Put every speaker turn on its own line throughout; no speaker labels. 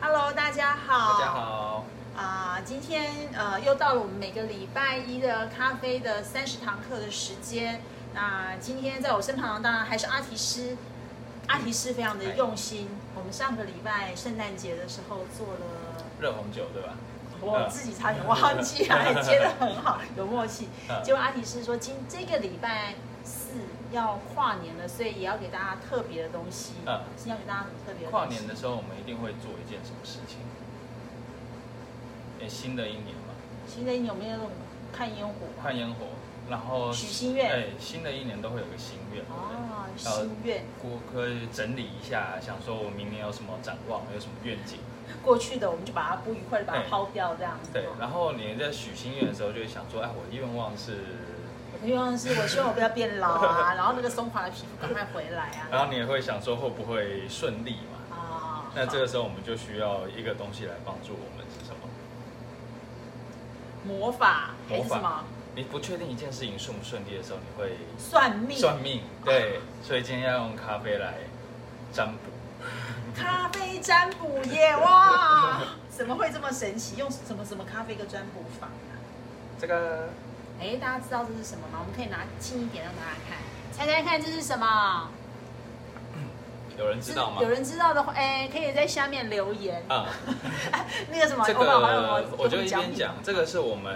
Hello，大家好。
大家。好，
啊、今天呃又到了我们每个礼拜一的咖啡的三十堂课的时间。那今天在我身旁的当然还是阿提师，阿提师非常的用心。
哎
我们上个礼拜圣诞节的时候做了，
热红酒对吧？
我
嗯
自己差点忘记了，还接得很 好，有默契。
嗯
结果阿提师说今这个礼拜四要跨年了，所以也要给大家特别的东西。
嗯
是要给大家什么特别的东西？
跨年的时候我们一定会做一件什么事情？诶，新的一年嘛，
现在有没有那种看烟火？
看烟火，然后
许心愿
哎，新的一年都会有个心愿，对不对？
哦，心愿，
我可以整理一下，想说我明年有什么展望，有什么愿景。
过去的我们就把它不愉快的把它
对
抛掉，这样子。
对，
哦
然后你在许心愿的时候，就会想说，哎，我的愿望是，
我的愿望是我希望我不要变老 啊，然后那个松垮的皮肤赶快回来啊。
然后你也会想说会不会顺利嘛？
啊，
那这个
好
时候我们就需要一个东西来帮助我们是什么？
魔法还
魔
是
法
什么
你不确定一件事情顺不顺利的时候，你会
算命？
算命，对，所以今天要用咖啡来占卜，
咖啡占卜耶！ 哇，怎么会这么神奇？用什么什么咖啡跟占卜法啊？
这个
哎，大家知道这是什么吗？我们可以拿近一点让大家看，猜猜看这是什么？
有人知道吗
有？人知道的话，哎，可以在下面留言。
啊、
那个什么，
这
欧宝还有什
个
么
我就一
有什么
边
奖
讲，这个是我们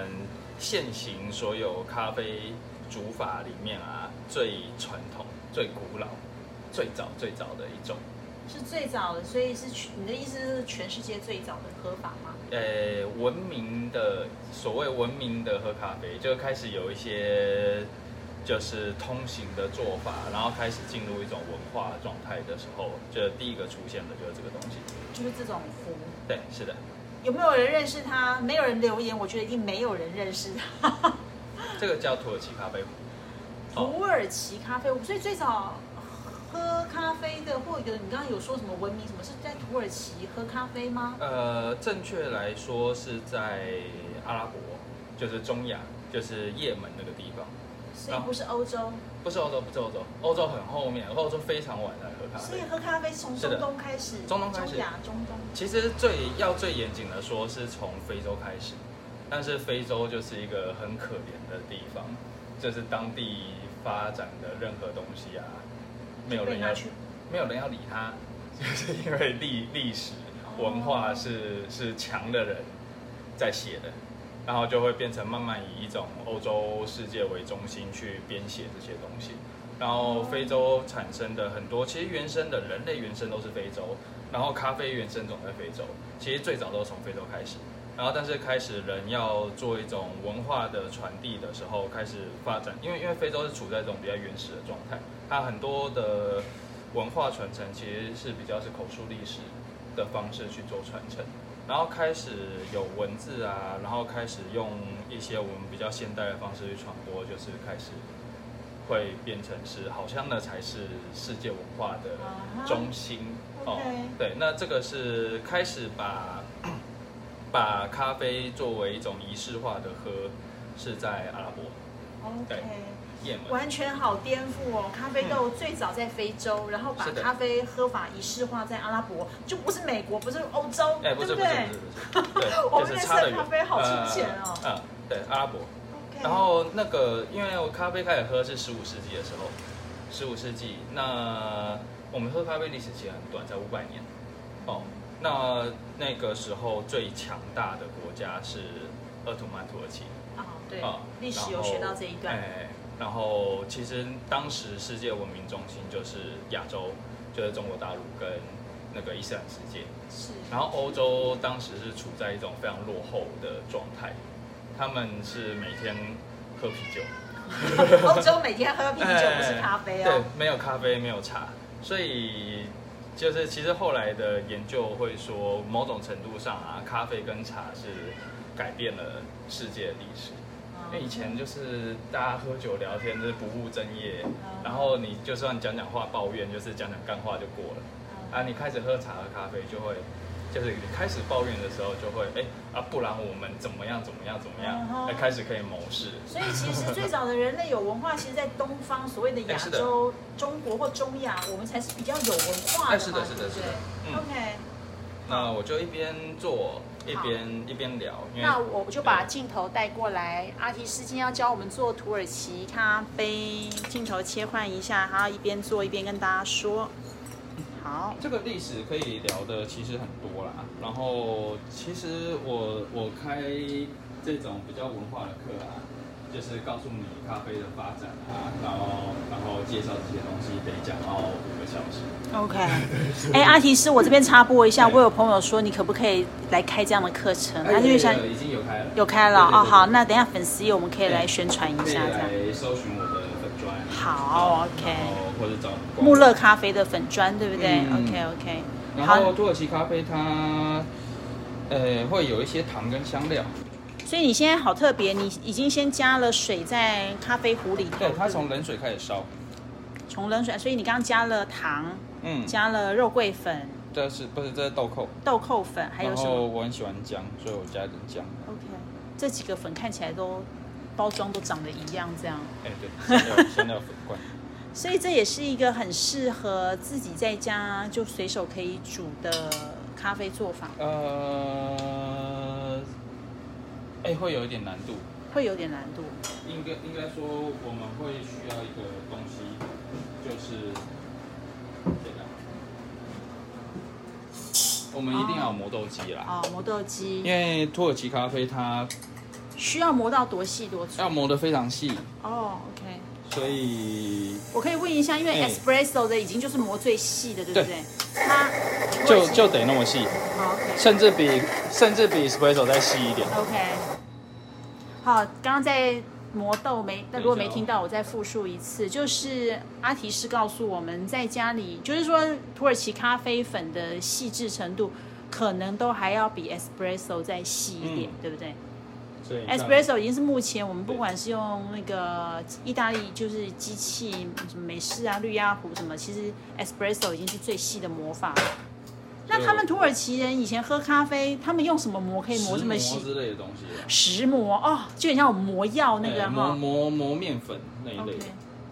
现行所有咖啡煮法里面啊最传统、最古老、最早、最早的一种。
品是最早的，所以是全你的意思是全世界最早的喝法吗？
呃，文明的所谓文明的喝咖啡，就开始有一些就是通行的做法，然后开始进入一种文化状态的时候，就第一个出现的就是这个东西。
就是这种壶，
对，是的，
有没有人认识它？没有人留言，我觉得一定没有人认识它。
这个叫土耳其咖啡壶。哦
土耳其咖啡，所以最早喝咖啡的，或者你刚刚有说什么文明什么，是在土耳其喝咖啡吗？
呃，正确来说是在阿拉伯，就是中亚，就是也门那个地方，
所以不是欧洲，
不是欧洲，不是欧洲，欧洲很后面，欧洲非常晚才喝咖
所
啡
以。喝咖啡是啊从
是的
中东开始，
中东开始
中亚、中东。
其实最要最严谨的说，是从非洲开始，但是非洲就是一个很可怜的地方，就是当地发展的任何东西啊，没有人要
被拿去
没有人要理它， 就是因为历历史文化是是强的人在写的，然后就会变成慢慢以一种欧洲世界为中心去编写这些东西。然后非洲产生的很多，其实原生的人类原生都是非洲，然后咖啡原生种在非洲，其实最早都是从非洲开始。然后但是开始人要做一种文化的传递的时候，开始发展，因为因为非洲是处在这种比较原始的状态，它很多的文化传承其实是比较是口述历史的方式去做传承，然后开始有文字啊，然后开始用一些我们比较现代的方式去传播，就是开始会变成是好像那才是世界文化的中心
啊哈
哦
OK。
对，那这个是开始把把咖啡作为一种仪式化的喝，是在阿拉伯
OK
对。也门。
完全好颠覆哦！咖啡豆最早在非洲，然后把
是的
咖啡喝法仪式化在阿拉伯，就不是美国，不是欧洲，
哎，不
对
是不是
对
不是不是，
我们
对，就是
认识
差
的
得远
咖。啡好粗浅哦。
嗯，嗯对，阿拉伯。
OK，
然后那个，因为我咖啡开始喝是十五世纪的时候，十五世纪，那我们喝咖啡历史其实很短，才五百年。哦，那那个时候最强大的国家是鄂图曼土耳其。
啊，对
啊，
历史
然
有
后
学到这一段，
哎，然后其实当时世界文明中心就是亚洲，就是中国大陆跟那个伊斯兰世界。
是
然后欧洲当时是处在一种非常落后的状态，他们是每天喝啤酒，哎
欧洲每天喝啤酒不是咖啡
哎对
哦。，
没有咖啡，没有茶，所以就是其实后来的研究会说，某种程度上啊，咖啡跟茶是改变了世界历史。
啊
哎因为以前就是大家喝酒聊天，就是不务正业
嗯，
然后你就算讲讲话抱怨，就是讲讲干话就过了。
嗯
啊，你开始喝茶喝咖啡就会，就是你开始抱怨的时候就会，哎、啊，不然我们怎么样怎么样怎么样
嗯，哼
哎、开始可以谋事。
所以其实最早的人类有文化，其实，在东方所谓的亚
哎是的
洲、中国或中亚，我们才是比较有文化的嘛，
哎是的是
对
的
不对
是的嗯
OK，
那我就一边做一
好
边一边聊，因为
那我就把镜头带过来。阿提斯今天要教我们做土耳其咖啡，镜头切换一下，他一边做一边跟大家说。好，
这个历史可以聊的其实很多啦。然后其实我我开这种比较文化的课啊，就是告诉你咖啡的发展啊，然后然后介绍这些东西，得讲到五个小时。
OK，哎， 阿提斯，我这边插播一下，
对
我有朋友说你可不可以来开这样的课程？他就啊想
哎已经有开了，
有开了
对对
哦，
对
好，那等一下粉丝页我们可以来宣传一
可以
下，这样。
来搜寻我的粉砖。
好，OK
然后或者找
穆勒咖啡的粉砖，对不对
嗯
？OK OK，
然
好
后，土耳其咖啡它，呃，会有一些糖跟香料，
所以你现在好特别，你已经先加了水在咖啡壶里头，
对，它
不
从冷水开始烧，
从冷水，所以你刚刚加了糖，
嗯，
加了肉桂粉、
这是不是这是豆蔻？
豆蔻粉，还有
然
什
后
么
我很喜欢姜，所以我加一点姜。
？OK，这几个粉看起来都包装都长得一样，这样，
哎，对，香料香料粉罐。
所以这也是一个很适合自己在家就随手可以煮的咖啡做法，
呃，哎，会有一点难度，
会有点难度。
应该应该说我们会需要一个东西，就是这个。我们一定要有磨豆机啦，
哦，磨豆
因
机
为土耳其咖啡它
需要磨到多细多粗？
要磨得非常细，
哦，OK。
所以
我可以问一下，因为
哎
espresso 的已经就是磨最细的，对不
对
对？它
就就得那么细，
好哦 OK
甚至比甚至比 espresso 再细一点。
OK。好，刚刚在磨豆没，但如果没听到，我再复述一次，就是阿提斯告诉我们在家里，就是说土耳其咖啡粉的细致程度，可能都还要比 espresso 再细一点，
嗯
对不对
所以你看
？espresso 已经是目前我们不管是用那个意大利就是机器什么美式啊、绿鸭壶什么，其实 espresso 已经是最细的磨法了。那他们土耳其人以前喝咖啡，他们用什么磨可以磨这么细？
石磨之类的东西啊、
石磨哦，就很像我们磨药哦那个
哎磨
哈。
磨磨面粉那一类
OK，
的，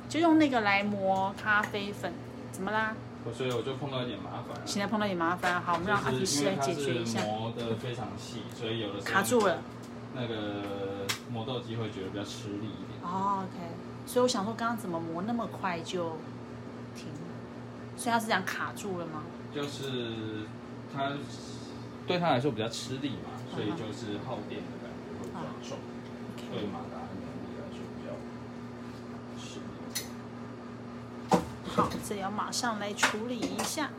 就用那个来磨咖啡粉，怎么啦？
我所以我就碰到一点麻烦啊。
现在碰到你麻烦，好，我们让阿提
就是
斯
因
来
为它
解
是
决一下。
磨的非常细，所以有的时候
卡住了。
那个磨豆机会觉得比较吃力一点。
哦，OK，所以我想说，刚刚怎么磨那么快就停了？所以它是这样卡住了吗？
就是它对他来说比较吃力嘛，
嗯
所以就是耗电的感觉会比较重，
啊
对马达能力来说比较吃力。
好，这要马上来处理一下。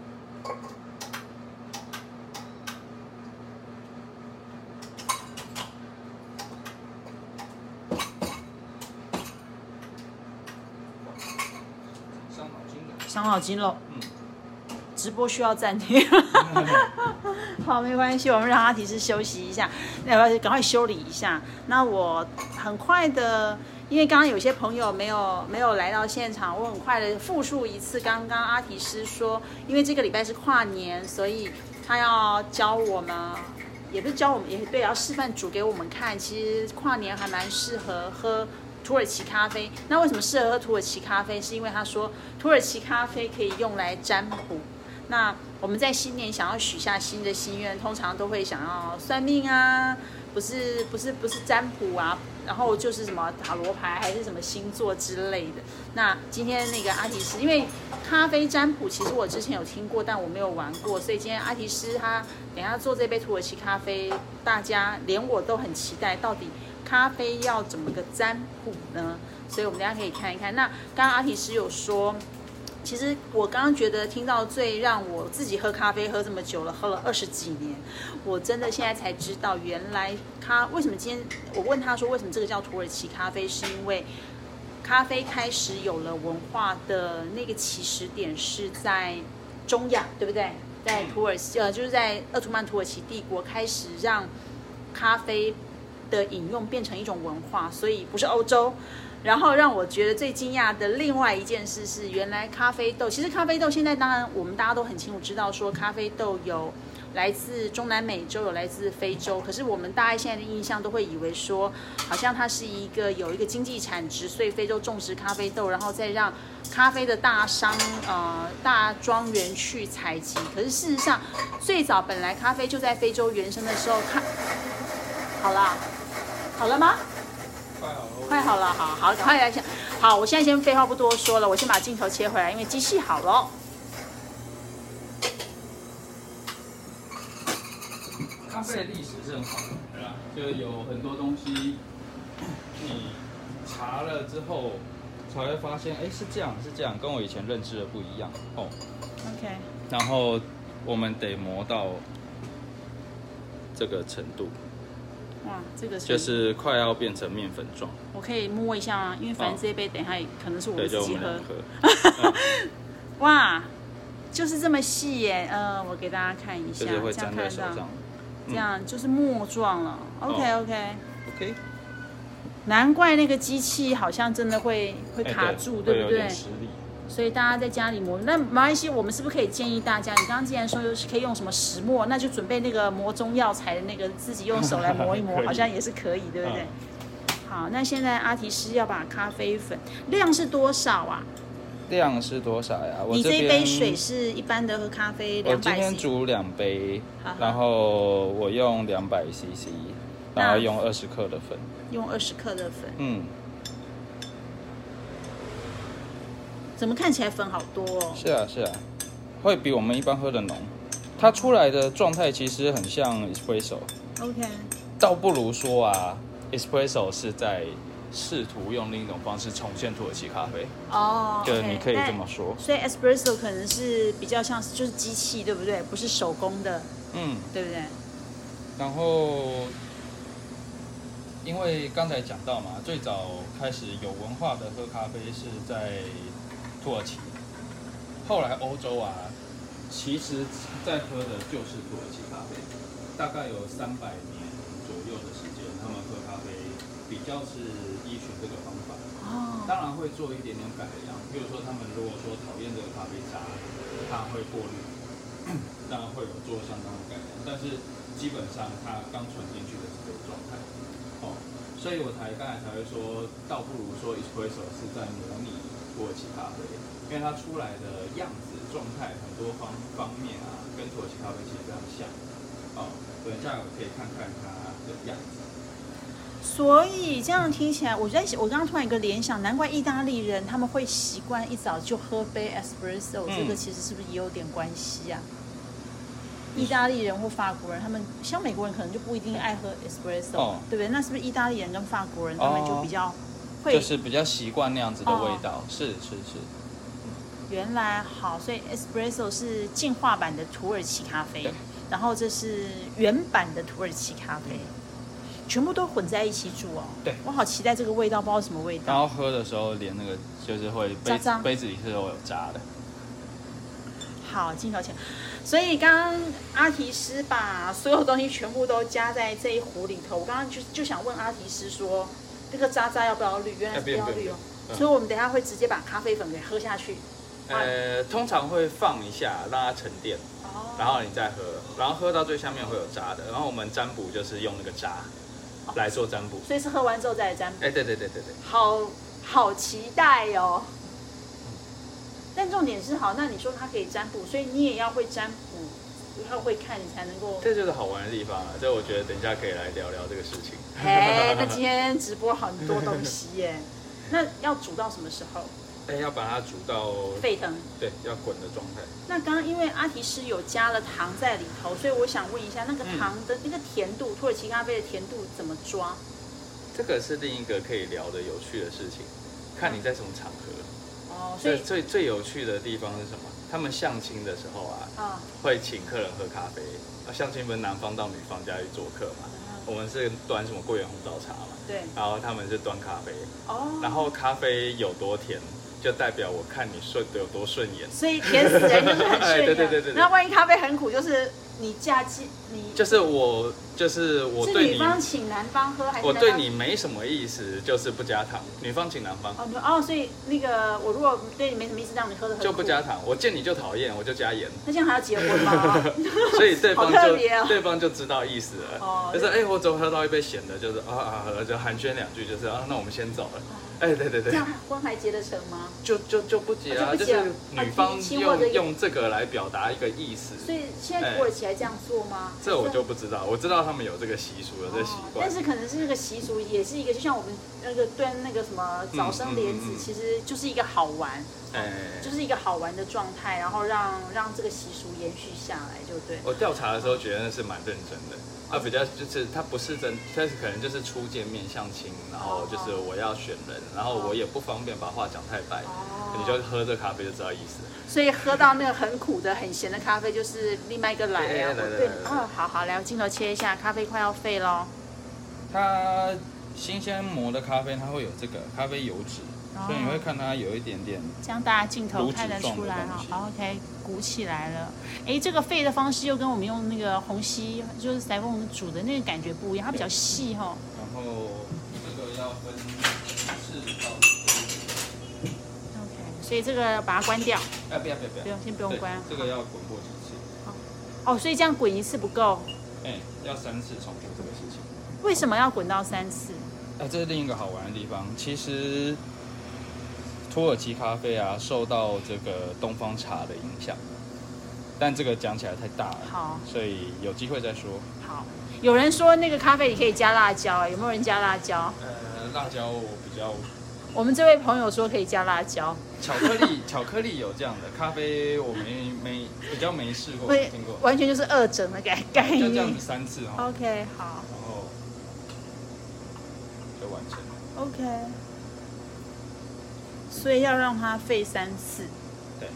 伤脑筋的，
伤脑筋了，
嗯。
直播需要暂停。 好，没关系，我们让阿提斯休息一下，那要赶快修理一下。那我很快的，因为刚刚有些朋友没有没有来到现场，我很快的复述一次刚刚阿提斯说，因为这个礼拜是跨年，所以他要教我们。也不是教我们，也对，要示范煮给我们看。其实跨年还蛮适合喝土耳其咖啡。那为什么适合喝土耳其咖啡？是因为他说土耳其咖啡可以用来占卜。那我们在新年想要许下新的心愿，通常都会想要算命啊，不是不是不是占卜啊，然后就是什么塔罗牌还是什么星座之类的。那今天那个阿提斯，因为咖啡占卜其实我之前有听过，但我没有玩过，所以今天阿提斯他等一下做这杯土耳其咖啡，大家连我都很期待，到底咖啡要怎么个占卜呢？所以我们等一下可以看一看。那刚刚阿提斯有说。其实我刚刚觉得听到最让我自己喝咖啡喝这么久了，喝了二十几年，我真的现在才知道，原来咖为什么今天我问他说为什么这个叫土耳其咖啡，是因为咖啡开始有了文化的那个起始点是在中亚，对不对？在土耳其呃，就是在鄂图曼土耳其帝国开始让咖啡的饮用变成一种文化，所以不是欧洲。然后让我觉得最惊讶的另外一件事是，原来咖啡豆，其实咖啡豆现在当然我们大家都很清楚知道，说咖啡豆有来自中南美洲，有来自非洲。可是我们大家现在的印象都会以为说，好像它是一个有一个经济产值，所以非洲种植咖啡豆，然后再让咖啡的大商呃大庄园去采集。可是事实上，最早本来咖啡就在非洲原生的时候，咖好啦，好了吗？
快好了
快好了，好好赶快来想。好，我现在先废话不多说了，我先把镜头切回来，因为机器好了。
咖啡的历史是很好玩的啦，就有很多东西
你查了之后才会发现，哎、是这样，是这样，跟我以前认知的不一样哦。
OK，
然后我们得磨到这个程度，
哇，这个
就是快要变成面粉状，
我可以摸一下吗？因为反正
好
这一杯等一下也可能是我
对，
们
就
自
我
己
们两
喝。
颗。
哇，就是这么细耶，呃，我给大家看一下，
就是会
啊这样
粘在
看
手
到，
上。嗯
这样就是沫状了。OK OK，
OK，
难怪那个机器好像真的会会
哎
卡住，
会
对
有
不
点
对？
失力。
所以大家在家里磨，那没关系，我们是不是可以建议大家？你刚刚既然说是可以用什么石磨，那就准备那个磨中药材的那个，自己用手来磨一磨
可，以嗯
好像也是可以，对不对？
啊
好，那现在阿提斯要把咖啡粉量是多少啊？
量是多少呀？我
你这一
边
杯水是一般的喝咖啡
我
两
今
百
天煮两杯
好好，
然后我用两百 CC，
那
然后用二十克的粉，
用二十克的粉，
嗯，
怎么看起来粉好多哦？
是啊是啊，会比我们一般喝的浓。它出来的状态其实很像 espresso，
OK，
倒不如说啊，espresso 是在试图用另一种方式重现土耳其咖啡，
哦，
就
OK，
你可以
但
这么说，
所以 espresso 可能是比较像是就是机器，对不对？不是手工的，
嗯。
对不对？
然后，因为刚才讲到嘛，最早开始有文化的喝咖啡是在土耳其，后来欧洲啊，其实在喝的就是土耳其咖啡，大概有三百年左右的时间，他们喝咖啡比较是依循这个方法。
哦，
当然会做一点点改良，比如说他们如果说讨厌这个咖啡渣，它会过滤，当然会有做相当的改良，但是基本上它刚传进去的是这个状态，哦，所以我才刚才才会说，倒不如说 espresso 是在模拟土耳其咖啡，因为它出来的样子、状态很多方方面啊，跟土耳其咖啡其实非常像，哦，等一下我可以看看它的样子，
所以这样听起来，我在想我刚刚突然有一个联想，难怪意大利人他们会习惯一早就喝杯 espresso，、
嗯
这个其实是不是也有点关系啊？意大利人或法国人，他们像美国人可能就不一定爱喝 espresso，、
哦
对不对？那是不是意大利人跟法国人他们就比较会？
就是比较习惯那样子的味
哦
道，是是是，
原来好，所以 espresso 是进化版的土耳其咖啡
对，
然后这是原版的土耳其咖啡，全部都混在一起煮哦。
对
我好期待这个味道，不知道什么味
然
道。
后喝的时候，连那个就是会
渣
杯
渣
杯子里是都有渣的。
好，镜头前。所以刚刚阿提斯把所有东西全部都加在这一壶里头，我刚刚就就想问阿提斯说，那个渣渣要不要滤？原来是
哎
不
不用
要
不用
滤哦
不。用
所以我们等一下会直接把咖啡粉给喝下去。
呃，通常会放一下，让它沉淀，然
哦，
后你再喝，然后喝到最下面会有渣的。然后我们占卜就是用那个渣来做占卜。
所以是喝完之后再来沾
哎，对对对对对，
好好期待哦。但重点是好，那你说他可以占卜，所以你也要会占卜，要会看你才能够。
这就是好玩的地方啊！这我觉得等一下可以来聊聊这个事情。
哎，那今天直播很多东西耶。那要煮到什么时候？
哎，要把它煮到
沸腾。
对要滚的状态。
那刚刚因为阿提斯有加了糖在里头，所以我想问一下，那个
嗯
糖的那个甜度，土耳其咖啡的甜度怎么抓？
这个是另一个可以聊的有趣的事情，看你在什么场合。
哦，所
最
以
最最有趣的地方是什么？他们相亲的时候啊，
啊，
会请客人喝咖啡，啊，相亲不是男方到女方家去做客嘛，我们是端什么桂圆红枣茶嘛，
对，
然后他们是端咖啡，
哦，
然后咖啡有多甜，就代表我看你顺有多顺眼。
所以甜死人就是很顺
哎
眼。
对对对对对
那万一咖啡很苦，就是你嫁接你
就是我就是我
是
对
女
你
方请男方喝还是
我
男
对
方
你没什么意思，就是不加糖，女方请男方
哦你哦，所以那个我如果对你没什么意思，让你喝的
就不加，糖，我见你就讨厌，我就加盐，
那这样还要结婚吗？
所 以对方
好特
就
别哦
对方就知道意思
哦
了，就是哎，我怎么喝到一杯咸的，就是啊啊，就寒暄两句，就是啊，那我们先走了，哎，对对
这
对，
样婚还结得成吗？
就就就不结
啊
啊，
就不
就
结
是女方
啊亲亲或者
用用这个来表达一个意思，
所以现在土耳其还这样做吗？
这我就不知道，我知道他们有这个习俗，有这个习
哦
惯
但，是可能是这个习俗，也是一个，就像我们那个端那个什么早生莲
嗯嗯
子，
嗯
其实就是一个好玩，
哎，
就是一个好玩的状态，然后让让这个习俗延续下来，就对。
我调查的时候觉得那是蛮认真的，他比较就是他不是真，他可能就是初见面相亲，然后就是我要选人，然后我也不方便把话讲太白，
哦
你就喝这咖啡就知道意思。
所以喝到那个很苦的、很咸的咖啡，就是另外一个来
哎
啊
哎
我
来。来
对
来，来
哦，好好，来，我镜头切一下，咖啡快要沸喽。
它新鲜磨的咖啡，它会有这个咖啡油脂，
哦
所以你会看它有一点点
这样大家镜头看得出来
炉
哈
子、状
哦、，OK，鼓起来了。哎，这个沸的方式又跟我们用那个虹吸，就是裁缝煮的那个感觉不一样，它比较细哈、哦。
然后这个要分四到
OK，所以这个把它关掉，
哎，不要不要不
不
要，
用，先不用
对
关。
这个要滚过几次，
哦，所以这样滚一次不够，
哎，要三次重复这个事情。
为什么要滚到三次？
啊，这是另一个好玩的地方。其实土耳其咖啡啊，受到这个东方茶的影响，但这个讲起来太大了，
好
所以有机会再说。
好，有人说那个咖啡里可以加辣椒，哎有没有人加辣椒？
呃，辣椒我比较，
我们这位朋友说可以加辣椒，
巧克力 巧克力有这样的，咖啡我没没比较没试过，没
会
哦听过，
完全就是二整的概概
就这样
念
子。三次哈，
OK，好
然后就完成了。
，OK。所以要让它沸三次。
对。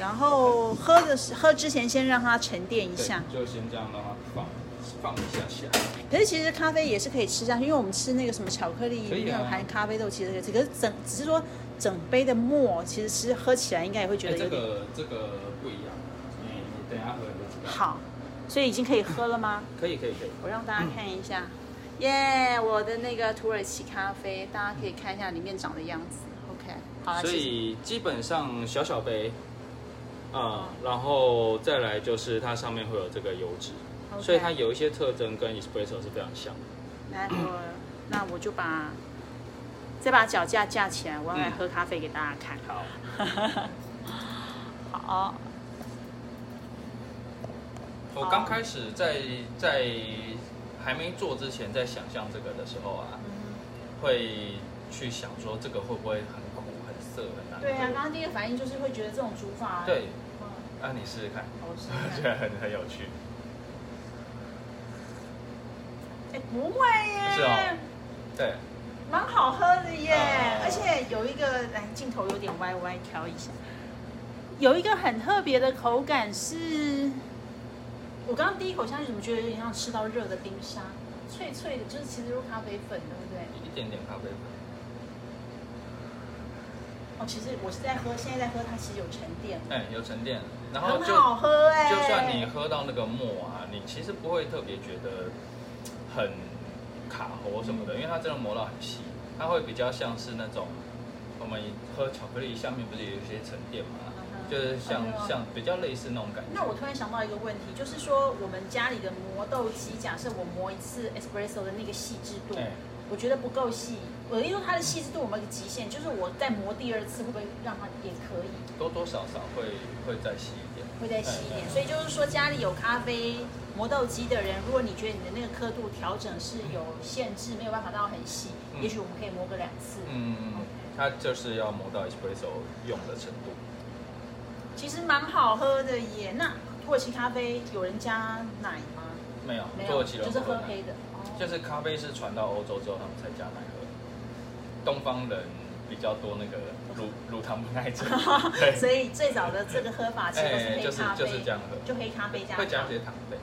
然后喝的时喝之前先让它沉淀一
对
下。，
就先这样让它放放一下下。
可是其实咖啡也是可以吃下去，因为我们吃那个什么巧克力
可以
没
啊
有含咖啡豆，其实可以吃。可是整只是说整杯的沫，其实吃喝起来应该也会觉
哎，
得
这
有点
个这个不一样，你你等一下喝你就知道。
好，所以已经可以喝了吗？
可以可以可以。
我让大家看一下，
嗯
耶、我的那个土耳其咖啡，大家可以看一下里面长的样子。OK，好了，
所
其实
以基本上小小杯，啊、然后再来就是它上面会有这个油脂
OK
所以它有一些特征跟 espresso 是非常像的。
来我那我就把再把脚架架起来，我要来
嗯
喝咖啡给大家看。
好，
好，
我刚开始在在还没做之前，在想象这个的时候啊，会去想说这个会不会很苦、很涩、很难喝？
对啊，刚刚第一个反应就是会觉得这种煮法，
对，
嗯，
那、你试试看，
好吃。 啊
我觉得很很有趣。
哎，不会耶，
是哦对，
蛮好喝的耶，
哦
而且有一个来镜头有点歪歪，调一下。有一个很特别的口感是，我刚刚第一口下去怎么觉得有点像吃到热的冰沙，脆脆的，就是其实就是咖啡粉，对不对？
一点点咖啡粉，
哦，其实我是在喝，现在在喝，它其实有沉淀，
哎、有沉淀，然后
很
就
好喝哎。
就算你喝到那个沫啊，你其实不会特别觉得很卡喉什么
嗯
的，因为它真的磨到很细，它会比较像是那种我们喝巧克力下面不是有一些沉淀嘛，
嗯哼
就是像
哎呦
像比较类似那种感
那我
觉。
突然想到一个问题，就是说我们家里的磨豆机，假设我磨一次 espresso 的那个细致度，
哎，
我觉得不够细，我因为它的细致度我们有个极限，就是我再磨第二次会不会让它也可以，
多多少少会会再细一点。
会再细一点。
嗯嗯
所以就是说家里有咖啡磨豆机的人，如果你觉得你的那个刻度调整是有限制，没有办法到很细，
嗯
也许我们可以磨个两次。
嗯，它就是要磨到 espresso 用的程度。
其实蛮好喝的耶。那土耳其咖啡有人加奶吗？
没有，
没
土
有，
耳其人
就是
不喝
喝
奶
黑的。
就
哦，
是咖啡是传到欧洲之后，他们才加奶喝。东方人比较多那个 乳乳糖不耐症，对，
所以最早的这个喝法其实都是
哎，
黑
就是
咖啡，
就是这样喝，
就黑咖啡加
会加
糖
些糖对，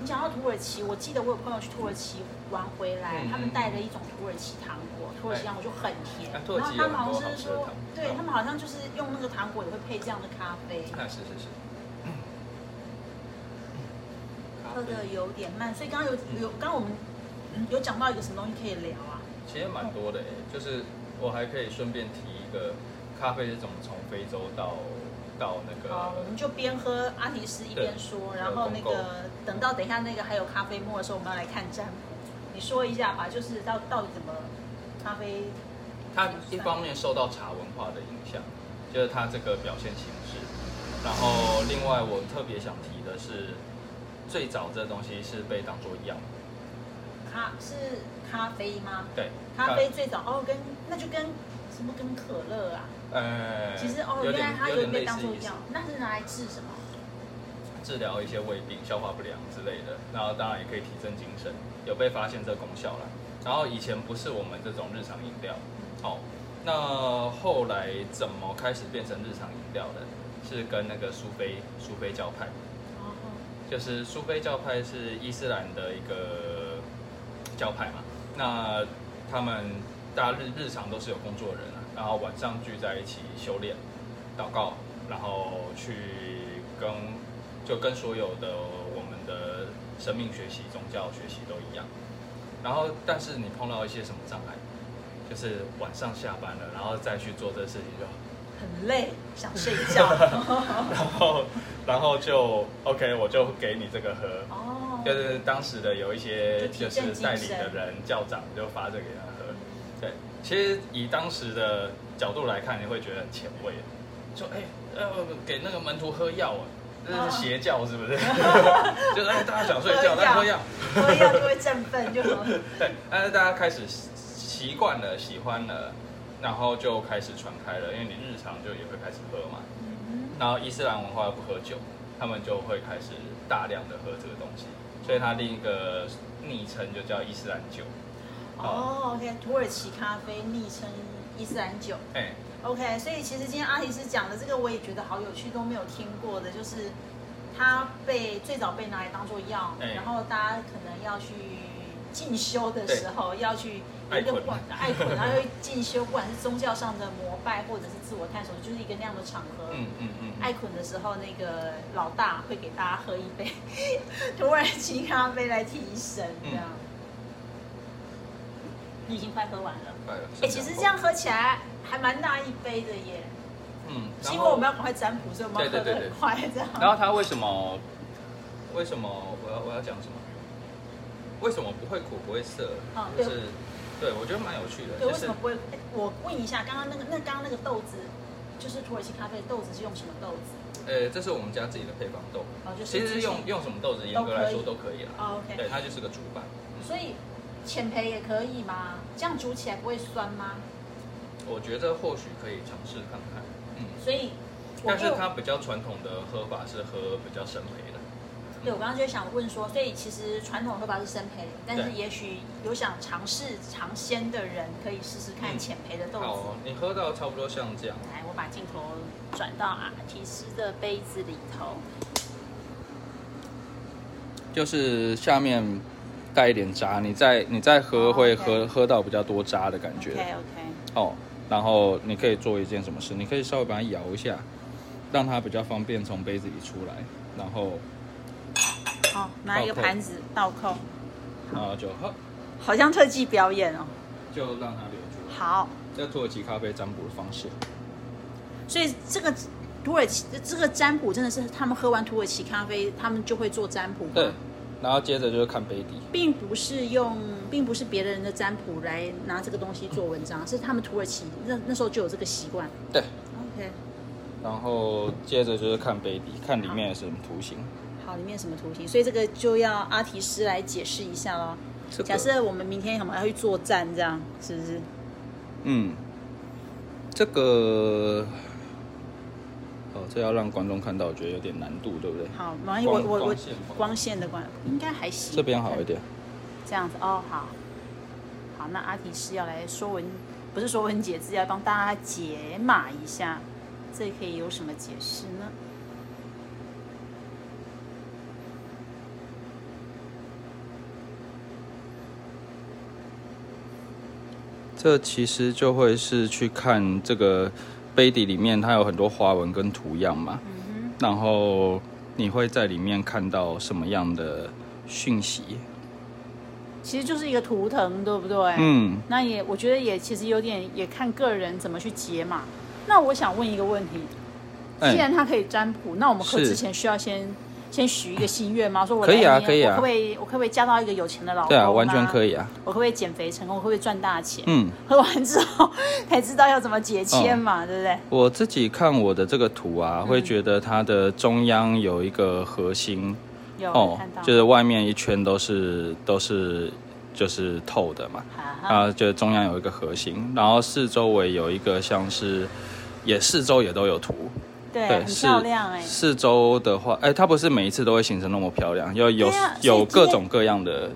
你讲到土耳其，我记得我有朋友去土耳其玩回来，
嗯
他们带了一种土耳其糖果，土耳其糖果就很甜，然
哎啊土耳
后
其
他们
有很
好
多
像就是
好吃的
说
糖，嗯
对他们好像就是用那个糖果也会配这样的咖啡，
那是是是，
喝
嗯
的有点慢，所以刚刚有有刚刚我们嗯有讲到一个什么东西可以聊啊？
其实蛮多的诶，就是我还可以顺便提一个，咖啡是怎么从非洲到到那个
好，我们就边喝阿提斯一边说，
对
然后那
有公
个等到等一下那个还有咖啡沫的时候，我们要来看占卜。你说一下吧，就是到到底怎么咖啡
它一方面受到茶文化的影响，就是它这个表现形式。然后另外我特别想提的是，最早这东西是被当做药，
咖是咖啡吗？
对，
咖啡最早哦，跟那就跟什么跟可乐啊，
它，呃，
其实哦，
有
原
点
来它
有
有
点
被
类
当
似
做
于
药，那是拿来治什么？
治疗一些胃病、消化不良之类的，然后当然也可以提振精神，有被发现这功效啦。然后以前不是我们这种日常饮料，哦，那后来怎么开始变成日常饮料的？是跟那个苏菲苏菲教派，
哦，
就是苏菲教派是伊斯兰的一个教派嘛，那他们大家日日常都是有工作的人啊，然后晚上聚在一起修炼、祷告，然后去跟就跟所有的我们的生命学习、宗教学习都一样。然后，但是你碰到一些什么障碍，就是晚上下班了，然后再去做这事情就好。
很累，想睡觉。
然后，然后就 OK，我就给你这个喝。
哦，
就是当时的有一些
就提
就
振
是带领的人教长就发这个给他喝，对，其实以当时的角度来看，你会觉得很前卫，就哎、呃给那个门徒喝药啊，这
哦
是邪教是不 是？就是哎大家想睡觉，
喝药
大家喝药，
喝药就会振奋，就 很
对，但是大家开始习惯了、喜欢了，然后就开始传开了，因为你日常就也会开始喝嘛，
嗯
然后伊斯兰文化又不喝酒，他们就会开始大量的喝这个东西，所以它另一个昵称就叫伊斯兰酒。
哦，OK，土耳其咖啡昵称伊斯兰酒。
哎、
OK，所以其实今天阿提斯讲的这个，我也觉得好有趣，都没有听过的，就是它被最早被拿来当做药，
哎
然后大家可能要去进修的时候要去有一个
爱捆
不管爱 捆，然后又进修，不管是宗教上的膜拜或者是自我探索，就是一个那样的场合。
嗯嗯嗯嗯，
爱捆的时候，那个老大会给大家喝一杯 土耳其咖啡来提神，这样。
嗯
你已经快喝完了，
哎、
哎、其实这样，喝起来还蛮大一杯的耶。
嗯，
是
然
因为我
后
们要赶快占卜，所以我们要喝得
对对对
很快这样。
然后它为什么？为什么我要我要讲什么？为什么不会苦不会涩？
啊对
就是对我觉得蛮有趣的，
对，
就
为什
是
么不会？哎我问一下，刚刚那个那刚刚那个豆子，就是土耳其咖啡的豆子是用什么豆子？
呃，这是我们家自己的配方豆，
哦，就是
其
之
实
前
用用什么豆子，严格来说都可以啦。
哦，OK。
对，它就是个嗯主板。
所以浅焙也可以吗？这样煮起来不会酸吗？
我觉得或许可以尝试看看，嗯。
所以我
但是
就
它比较传统的喝法是喝比较生焙的，
对我刚刚就想问说，所以其实传统喝法是生焙，但是
对
也许有想尝试尝鲜的人可以试试看
嗯
浅焙的豆
好
子。
哦，你喝到差不多像这样，
来，我把镜头转到阿提斯的杯子里头。
就是下面带一点渣，你再你再喝会喝、
哦，OK
喝到比较多渣的感觉
OK OK。
哦。然后你可以做一件什么事？你可以稍微把它摇一下，让它比较方便从杯子里出来，然后
好，拿一个
倒扣
盘子倒扣，
然后就喝，
好像特技表演哦。
就让它流出来。
好，
这土耳其咖啡占卜的方式，
所以这个土耳其这个占卜真的是他们喝完土耳其咖啡，他们就会做占卜吗
对，然后接着就是看杯底。
并不是用，并不是别人的占卜来拿这个东西做文章，是他们土耳其那那时候就有这个习惯。
对，
OK，
然后接着就是看杯底，看里面有什么图形。
好，里面什么图形？所以这个就要阿提斯来解释一下喽。
这个
假设我们明天我们要去作战，这样是不是？
嗯，这个哦，这要让观众看到，我觉得有点难度，对不对？
好，没关系，我
光
我我
光线
光线的关应该还行，
这边好一点。
这样子哦，好，好，那阿提是要来说文，不是说文解字，要帮大家解码一下，这可以有什么解释呢？
这其实就会是去看这个杯底里面，它有很多花纹跟图样嘛。
嗯
然后
你会在里面看到什么样的讯息？
其实就是一个图腾，对不对？。
嗯，
那也我觉得也其实有点也看个人怎么去解码。那我想问一个问题，既
哎，
然它可以占卜，那我们喝
是
之前需要先先许一个心愿吗？说我
可以
来
啊
年
可以啊
我可不可以我可不可以嫁到一个有钱的老公、
对啊，完全可
以。
以啊。
我可不可以减肥成功？我会不会赚大钱？
嗯，
喝完之后才知道要怎么解签
哦
嘛，对不对？
我自己看我的这个图
嗯
啊，会觉得它的中央有一个核心
有、
哦
看到，
就是外面一圈都是都是就是透的嘛，
啊哈
啊，就是中央有一个核心，然后四周围有一个像是，也四周也都有图，
对，
对
很
是
漂亮哎、
四周的话，哎、它不是每一次都会形成那么漂亮，要有、
对啊所以
有
今
各
天
种各样的，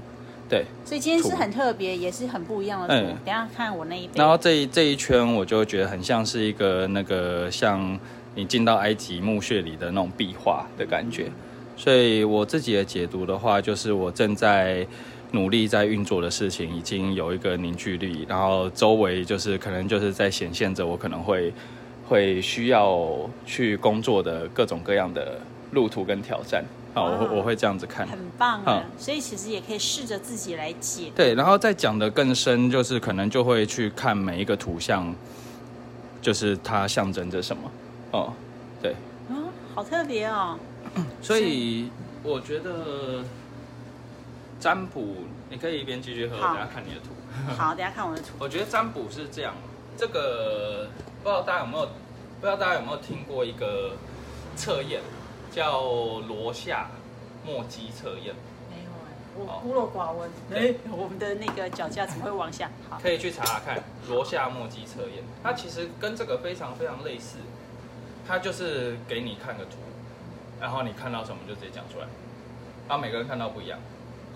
对。
所以今天是
图
很特别，也是很不一样的图。
嗯
等一下看我那一杯，
然后这一这一圈，我就觉得很像是一个那个像你进到埃及墓穴里的那种壁画的感觉。所以我自己的解读的话，就是我正在努力在运作的事情已经有一个凝聚力，然后周围就是可能就是在显现着我可能会会需要去工作的各种各样的路途跟挑战。好，我
哇
会我会这样子看。
很棒啊
嗯！
所以其实也可以试着自己来解。
对，然后再讲的更深，就是可能就会去看每一个图像，就是它象征着什么。哦，对，
嗯，好特别哦。
所以我觉得占卜，你可以一边继续喝，我
好
等下看你的图。
好，等一下看我的图。
我觉得占卜是这样，这个不知道大家有没有，不知道大家有没有听过一个测验，叫罗夏墨迹测验。
没有哎，我
好
孤陋寡闻。
对
哎，我们的那个脚架怎么会往 下？好，
可以去查查看罗夏墨迹测验，它其实跟这个非常非常类似，它就是给你看个图，然后你看到什么就直接讲出来，然后每个人看到不一样，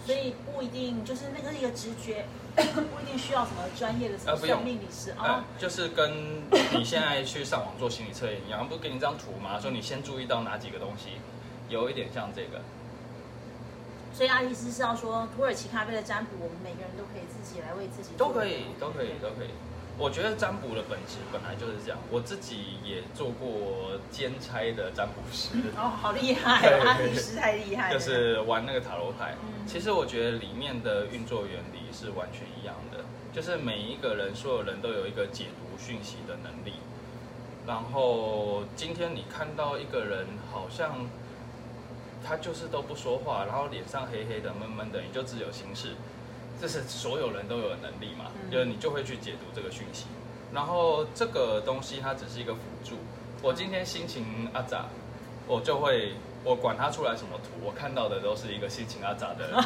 所以不一定就是那个是一个直觉， 不一定需要什么专业的什么
呃不用
算命理师
嗯
啊。，
就是跟你现在去上网做心理测验一样，不是给你一张图吗？说你先注意到哪几个东西，有一点像这个，
所以阿丽斯是要说，土耳其咖啡的占卜，我们每个人都可以自己来为自己做
都可以，都可以，都可以。我觉得占卜的本质本来就是这样，我自己也做过兼差的占卜师。
哦，好厉害
对
哦！阿丽斯太厉害了，
就是玩那个塔罗牌
嗯。
其实我觉得里面的运作原理是完全一样的，就是每一个人、所有人都有一个解读讯息的能力。然后今天你看到一个人好像他就是都不说话，然后脸上黑黑的、闷闷的，你就只有形式。这是所有人都有的能力嘛，
嗯
就是你就会去解读这个讯息。然后这个东西它只是一个辅助。我今天心情阿杂，我就会我管它出来什么图，我看到的都是一个心情阿杂的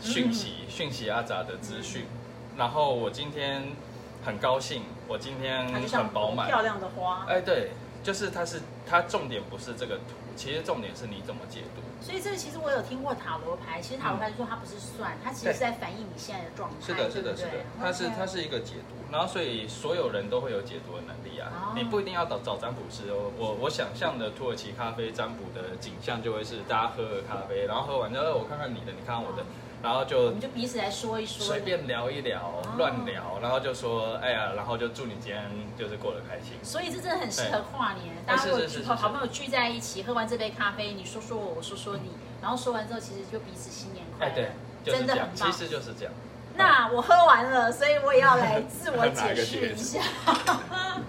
讯息，讯息阿杂的资讯。然后我今天很高兴，我今天
它就像
很饱满，
漂亮的花。
哎，对，就是它是它重点不是这个图，其实重点是你怎么解读。
所以这个其实我有听过塔罗牌，其实塔罗牌说它不是算，它其实
对
是在反映你现在的状态，
是的，是
对
的，
不
是的
对，
它是
OK
它是一个解读，然后所以所有人都会有解读的能力
哦
啊。你不一定要找找占卜师哦。我我想象的土耳其咖啡占卜的景象就会是大家喝个咖啡，然后喝完之后呃我看看你的，你看看我的，然后
我
就
们就彼此来说一哦说，哦
随便聊一聊，乱聊，然后就说哎呀，然后就祝你今天就是过得开心。
所以这真的很适合跨年，大
哎
家如果
是是是
聚
是
好
是
好朋友聚在一起，喝完这杯咖啡，你说说我，我说说你，然后说完之后，其实就彼此新年快
哎，
乐，
对，就是
真的
这
很
样，其
棒。
实就是这样。
那我喝完了，所以我也要来自我解释一下，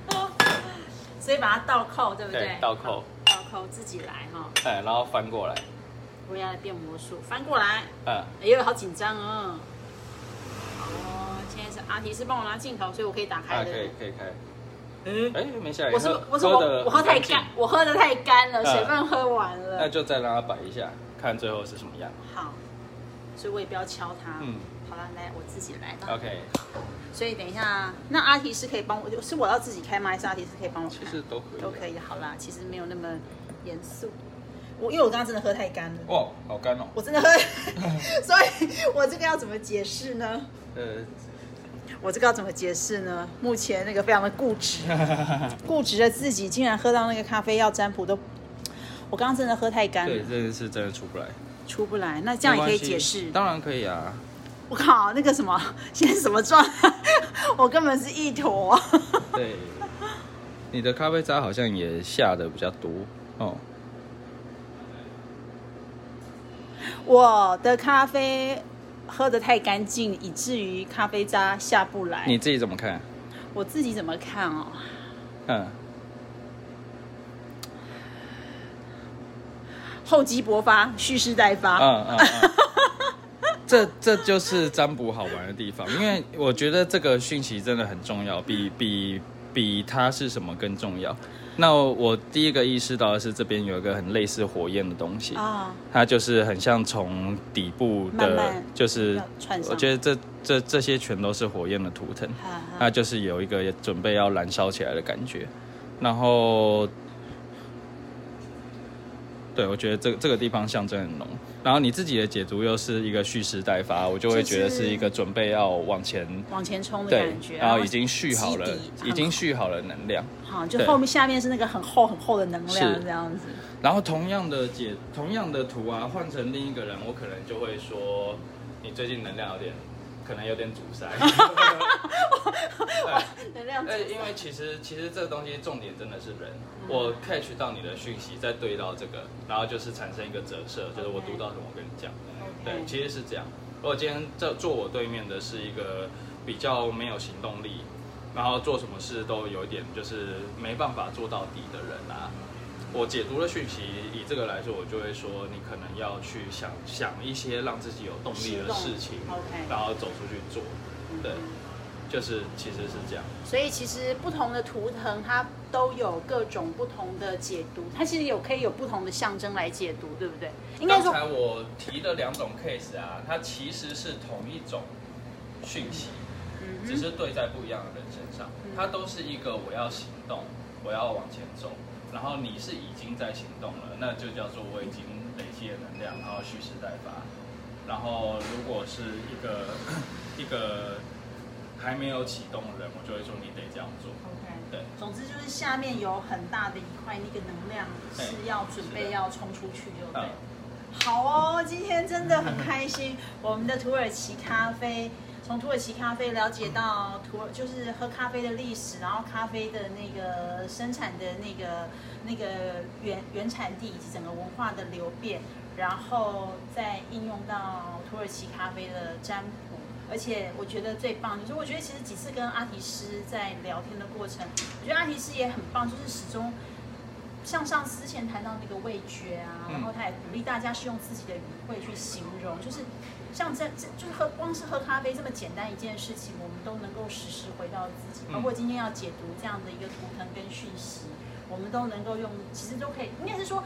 所以把它倒扣，对不对？
倒扣，
倒扣自己来哈，
哎，然后翻过来，
我也要来变魔术，翻过来，
嗯，
哎呦，好紧张哦。好哦，现在是阿提是帮我拿镜头，所以我可以打
啊，
开
可
的。
以可以开。
嗯，
哎，没事，
我是
喝
我是
喝
我
得
我喝
很
太
干净
干，啊我喝的太干了，
嗯
水分喝完了。
那就再让它摆一下，看最后是什么样。
好，所以我也不要敲它。
嗯
好了，来我自己来吧。
，OK，
所以等一下，那阿提是可以帮我，是我要自己开吗？还是阿提是可以帮我开？
其实都可以，
都可。以。好啦，其实没有那么严肃。我因为我刚刚真的喝太干了，
哇，好干哦。
我真的 喝，所以我这个要怎么解释呢？
呃，
我这个要怎么解释呢？目前那个非常的固执，固执的自己竟然喝到那个咖啡要占卜都，我刚刚真的喝太干
对，
了，
这个是真的出不来。
出不来。那这样也可以解释。
当然可以啊。
我靠，那个什么，现在什么状态？ 我根本是一坨。
对，你的咖啡渣好像也下的比较多哦。
我的咖啡喝得太干净，以至于咖啡渣下不来。
你自己怎么看？
我自己怎么看哦？
嗯，
厚积薄发，蓄势待发。
嗯嗯嗯， 这这就是占卜好玩的地方，因为我觉得这个讯息真的很重要，比比比它是什么更重要。那我第一个意识到的是，这边有一个很类似火焰的东西，
啊、
它就是很像从底部的，
慢慢
就是
要串上
我觉得这这这些全都是火焰的图腾，
哈
它就是有一个准备要燃烧起来的感觉。然后，对我觉得这个这个地方象征很浓。然后你自己的解读又是一个蓄势待发，我就会觉得
就是
是一个准备要往前，
往前冲的
对
感觉。，
然后已经蓄好了
基底，嗯很
已经蓄好了能量。
好，就
对
后面下面是那个很厚很厚的能量
是
这样子。
然后同样的解同样的图啊，换成另一个人，我可能就会说，你最近能量有点，可能有点阻 塞。
能量
呃，因为其实其实这个东西重点真的是人，
嗯
我 catch 到你的讯息，再对到这个，然后就是产生一个折射，就是我
OK
读到什么我跟你讲。对，
OK
其实是这样。如果今天这坐我对面的是一个比较没有行动力，然后做什么事都有一点就是没办法做到底的人啊，我解读的讯息以这个来说，我就会说你可能要去想想一些让自己有动力
行
的
动
事情
OK 嗯
然后走出去做。对，就是其实是这样。
所以其实不同的图腾它都有各种不同的解读，它其实有可以有不同的象征来解读，对不对？应该
刚
说
才我提的两种 case 啊，它其实是同一种讯息，
嗯
只
哼，
是对在不一样的人身上
嗯。
它都是一个我要行动，我要往前走。然后你是已经在行动了，那就叫做我已经累积了能量，然后蓄势待发。然后如果是一个一个还没有启动的人，我就会说你得这样做。对，
总之就是下面有很大的一块那个能量
对
是要准
哎是
备
的
要冲出去，对不对
嗯？
好哦，今天真的很开心。我们的土耳其咖啡，从土耳其咖啡了解到土耳就是喝咖啡的历史，然后咖啡的那个生产的那个那个原原产地以及整个文化的流变，然后再应用到土耳其咖啡的占卜。而且我觉得最棒就是，我觉得其实几次跟阿提斯在聊天的过程，我觉得阿提斯也很棒，就是始终像上次之前谈到那个味觉啊，
嗯
然后他也鼓励大家是用自己的语汇去形容，就是像这这就是喝光是喝咖啡这么简单一件事情，我们都能够实时回到自己，
嗯
包括今天要解读这样的一个图腾跟讯息，我们都能够用，其实都可以，应该是说，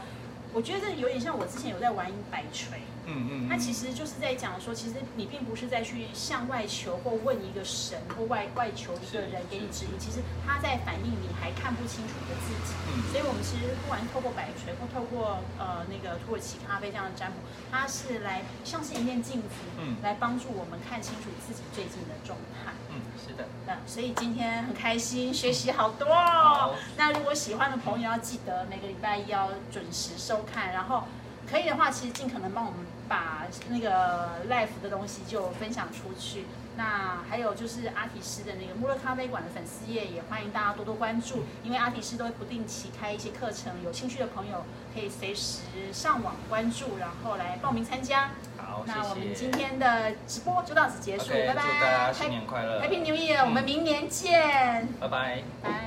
我觉得这有点像我之前有在玩摆锤，
嗯嗯
它其实就是在讲说，其实你并不是在去向外求或问一个神或外外求一个人
是
给你指引，其实它在反映你还看不清楚的自己。
嗯
所以我们其实不管透过摆锤或透过呃那个土耳其咖啡这样的占卜，它是来像是一面镜子，
嗯
来帮助我们看清楚自己最近的状态。
嗯，是的。
那所以今天很开心，学习好多、哦
好。
那如果喜欢的朋友要记得每个礼拜一要准时收看，然后可以的话，其实尽可能帮我们把那个 live 的东西就分享出去。那还有就是阿提斯的那个穆勒咖啡馆的粉丝页，也欢迎大家多多关注，因为阿提斯都会不定期开一些课程，有兴趣的朋友可以随时上网关注，然后来报名参加。
好，谢谢。
那我们今天的直播就到此结束，
OK，
拜拜，
祝大家新年快乐
Happy New Year，、我们明年见，
拜拜。
拜。